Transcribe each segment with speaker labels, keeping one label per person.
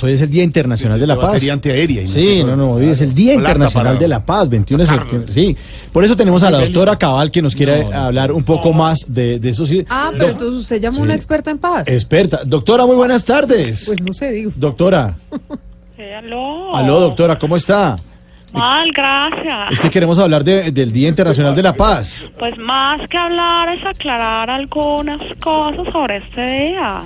Speaker 1: Hoy es el Día Internacional de, la Paz.
Speaker 2: Batería antiaérea.
Speaker 1: Sí, no, no, hoy es el Día Internacional de la Paz, 21 de septiembre. Sí, por eso tenemos a la doctora Cabal que nos quiere hablar un poco más de, de eso. Sí.
Speaker 3: Ah, pero entonces usted llamó a una experta en paz.
Speaker 1: Experta. Doctora, muy buenas tardes.
Speaker 3: Pues no sé, digo.
Speaker 1: Doctora,
Speaker 4: Eh, aló.
Speaker 1: aló, doctora, ¿cómo está?
Speaker 4: Mal,
Speaker 1: Es
Speaker 4: gracias.
Speaker 1: que queremos hablar de- del Día Internacional de la Paz.
Speaker 4: Pues más que hablar es aclarar algunas cosas sobre este día.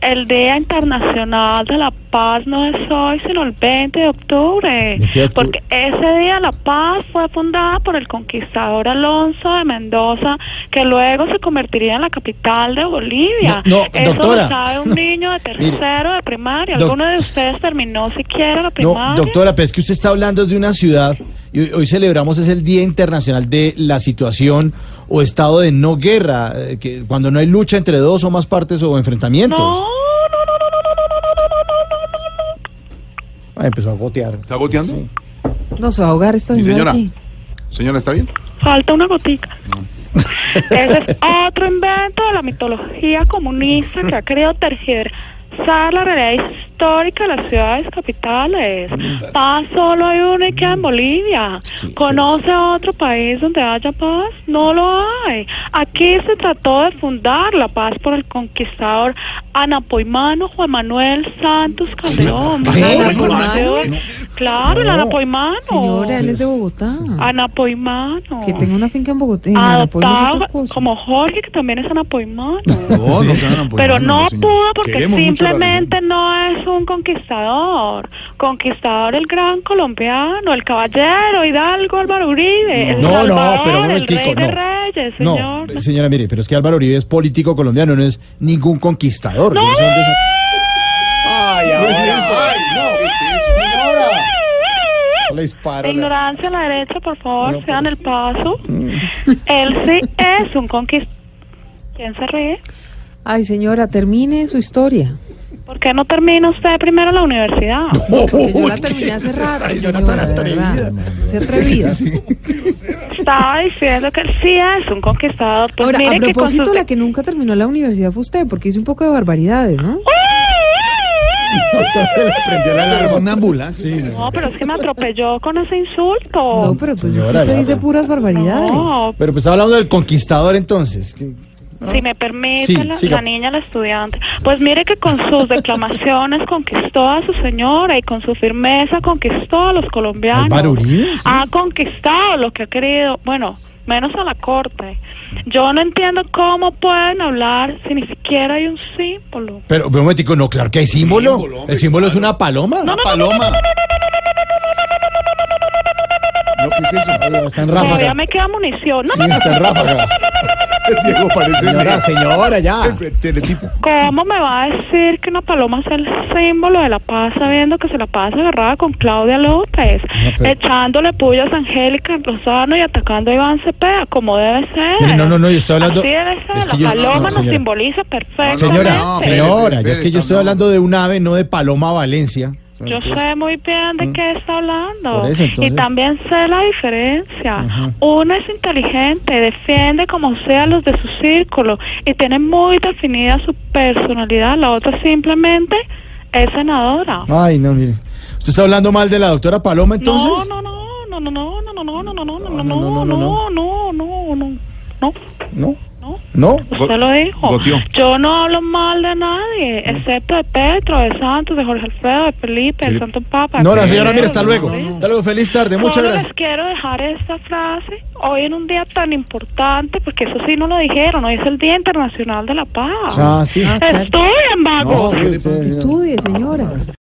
Speaker 4: El Día Internacional de la Paz no es hoy, sino el 20 de octubre.
Speaker 1: 20 de octubre.
Speaker 4: Porque ese día la paz fue fundada por el conquistador Alonso de Mendoza, que luego se convertiría en la capital de Bolivia.
Speaker 1: No, no,
Speaker 4: Eso
Speaker 1: doctora.
Speaker 4: lo sabe un niño de
Speaker 1: Mire.
Speaker 4: tercero de primaria.
Speaker 1: Doc-
Speaker 4: ¿Alguno de ustedes terminó siquiera la
Speaker 1: No,
Speaker 4: primaria?
Speaker 1: doctora, pero es que usted está hablando de una ciudad y hoy, hoy celebramos es el Día Internacional de la Situación o Estado de No Guerra, eh, que cuando no hay lucha entre dos o más partes o enfrentamientos.
Speaker 4: no, no, no, no, no, no, no, no, no, no, no.
Speaker 1: Ah, empezó a gotear.
Speaker 2: ¿Está goteando?
Speaker 3: No se va a ahogar esta
Speaker 2: Mi señora.
Speaker 3: señora aquí.
Speaker 2: Señora, ¿está bien?
Speaker 4: Falta una gotica. Ese es otro invento de la mitología comunista que ha querido tergiversar la realidad histórica de las ciudades capitales.
Speaker 1: Mm.
Speaker 4: Paz solo hay una y queda en Bolivia. ¿Conoce otro país donde haya paz? No lo hay. Aquí se trató de fundar la paz por el conquistador anapoimano Juan Manuel Santos Calderón.
Speaker 1: ¿Qué?
Speaker 3: ¿Anapoimano?
Speaker 4: Claro, el
Speaker 1: No.
Speaker 4: anapoimano.
Speaker 3: Señora, él es de Bogotá.
Speaker 4: Ah, Anapoimano.
Speaker 3: Que tenga una finca en Bogotá. En Anapoima es
Speaker 4: Adoptado
Speaker 3: otra cosa.
Speaker 4: Ah, como Jorge, que también es anapoimano.
Speaker 2: No, no,
Speaker 1: pues
Speaker 2: no,
Speaker 4: Pero no
Speaker 2: señor.
Speaker 4: pudo porque
Speaker 2: Queremos mucho la
Speaker 4: simplemente no es un conquistador. Conquistador el gran colombiano, el caballero Hidalgo Álvaro Uribe. el
Speaker 1: No, no,
Speaker 4: Salvador,
Speaker 1: pero un
Speaker 4: el
Speaker 1: momentico,
Speaker 4: rey
Speaker 1: no.
Speaker 4: de reyes,
Speaker 1: No, eh,
Speaker 4: señor.
Speaker 1: señora, mire, pero es que Álvaro Uribe es político colombiano, no es ningún conquistador. Yo no sé dónde sa- Ay,
Speaker 2: No
Speaker 1: ahora,
Speaker 2: es eso.
Speaker 1: ay, no.
Speaker 2: ¿Qué es eso?
Speaker 1: Señora, le disparo.
Speaker 4: La
Speaker 1: la-
Speaker 4: ignorancia a la derecha, por favor,
Speaker 1: No,
Speaker 4: sean
Speaker 1: pues.
Speaker 4: el paso. Él sí es un conquistador. ¿Quién se ríe?
Speaker 3: Ay, señora, termine su historia.
Speaker 4: ¿Por qué no termina usted primero la universidad?
Speaker 3: Que yo la
Speaker 1: Uy,
Speaker 3: terminé hace rato.
Speaker 1: traicionó
Speaker 3: señora,
Speaker 1: tan
Speaker 3: de verdad.
Speaker 1: atrevida.
Speaker 3: No sea atrevida.
Speaker 4: Estaba diciendo que él sí es un conquistador. Pues
Speaker 3: Ahora,
Speaker 4: mire
Speaker 3: a
Speaker 4: que con
Speaker 3: propósito,
Speaker 4: sus-
Speaker 3: la que nunca terminó la universidad fue usted, porque hizo un poco de barbaridades, ¿no?
Speaker 1: doctora, le prendió la
Speaker 2: Pero
Speaker 1: alarma.
Speaker 2: fue una ambulancia.
Speaker 4: No, pero es que me atropelló con ese insulto.
Speaker 3: No, pero pues
Speaker 1: Señora,
Speaker 3: es que
Speaker 1: ya,
Speaker 3: usted dice
Speaker 1: pero-
Speaker 3: puras barbaridades.
Speaker 4: Oh. No,
Speaker 1: Pero pues está hablando del conquistador entonces. que-
Speaker 4: si me permite,
Speaker 1: Sí,
Speaker 4: la,
Speaker 1: siga.
Speaker 4: la niña, la estudiante. Pues mire que con sus declamaciones conquistó a su señora y con su firmeza conquistó a los colombianos.
Speaker 1: Álvaro Uribe, sí.
Speaker 4: Ha conquistado lo que ha querido. Bueno, menos a la corte. Yo no entiendo cómo pueden hablar si ni siquiera hay un símbolo.
Speaker 1: Pero, un momentico, no, claro que hay símbolo.
Speaker 2: Símbolo, hombre,
Speaker 1: el símbolo es
Speaker 2: claro.
Speaker 1: una paloma.
Speaker 2: Una paloma. No, ¿qué es eso?
Speaker 1: Ay, Está en
Speaker 4: Todavía
Speaker 1: ráfaga.
Speaker 4: me queda munición. No,
Speaker 1: Sí, está en ráfaga.
Speaker 2: Diego parece
Speaker 1: Señora,
Speaker 2: negro.
Speaker 1: señora, ya.
Speaker 2: Eh, Teletipo.
Speaker 4: ¿Cómo me va a decir que una paloma es el símbolo de la paz sabiendo que se la pasa agarrada con Claudia López,
Speaker 1: No, Ah, pero-
Speaker 4: echándole pullas a Angélica Rosano y atacando a Iván Cepeda, como debe ser?
Speaker 1: Mire, no, no, no, yo estoy hablando-
Speaker 4: Así debe ser,
Speaker 1: es que
Speaker 4: la
Speaker 1: yo- no,
Speaker 4: paloma nos
Speaker 1: señora.
Speaker 4: simboliza perfectamente.
Speaker 1: Señora,
Speaker 2: no,
Speaker 1: señora,
Speaker 2: espere,
Speaker 1: yo es que
Speaker 2: espere,
Speaker 1: yo estoy
Speaker 2: no.
Speaker 1: hablando de un ave, no de paloma Valencia.
Speaker 4: Yo sé muy bien de qué está hablando.
Speaker 1: ¿Mm? Por eso, entonces.
Speaker 4: y también sé la diferencia.
Speaker 1: Ajá.
Speaker 4: Uno es inteligente, defiende como sea los de su círculo y tiene muy definida su personalidad. La otra simplemente es senadora.
Speaker 1: Ay, no, mire. ¿Usted está hablando mal de la doctora Paloma Ah, entonces?
Speaker 4: No, no, no, no, no, no, no, no, no, no, no, no, no,
Speaker 1: no, no,
Speaker 4: no,
Speaker 1: no, no.
Speaker 4: no, no, no, no, no.
Speaker 1: No.
Speaker 4: No.
Speaker 1: ¿No?
Speaker 4: Usted lo dijo.
Speaker 2: goteó.
Speaker 4: Yo no hablo mal de nadie,
Speaker 1: Ah.
Speaker 4: excepto de Petro, de Santos, de Jorge Alfredo, de Felipe, del Santo Papa.
Speaker 1: No, la
Speaker 4: de
Speaker 1: señora, mire,
Speaker 4: Pedro,
Speaker 1: hasta
Speaker 4: de
Speaker 1: luego.
Speaker 4: Mauricio.
Speaker 1: Hasta luego, feliz tarde, muchas
Speaker 4: Solo
Speaker 1: gracias.
Speaker 4: les quiero dejar esta frase hoy en un día tan importante, porque eso sí no lo dijeron, hoy es el Día Internacional de la Paz.
Speaker 1: Ah, sí.
Speaker 3: Ah, claro.
Speaker 4: Estudien, vagos.
Speaker 1: No, mire, usted-
Speaker 3: Estudie, señora.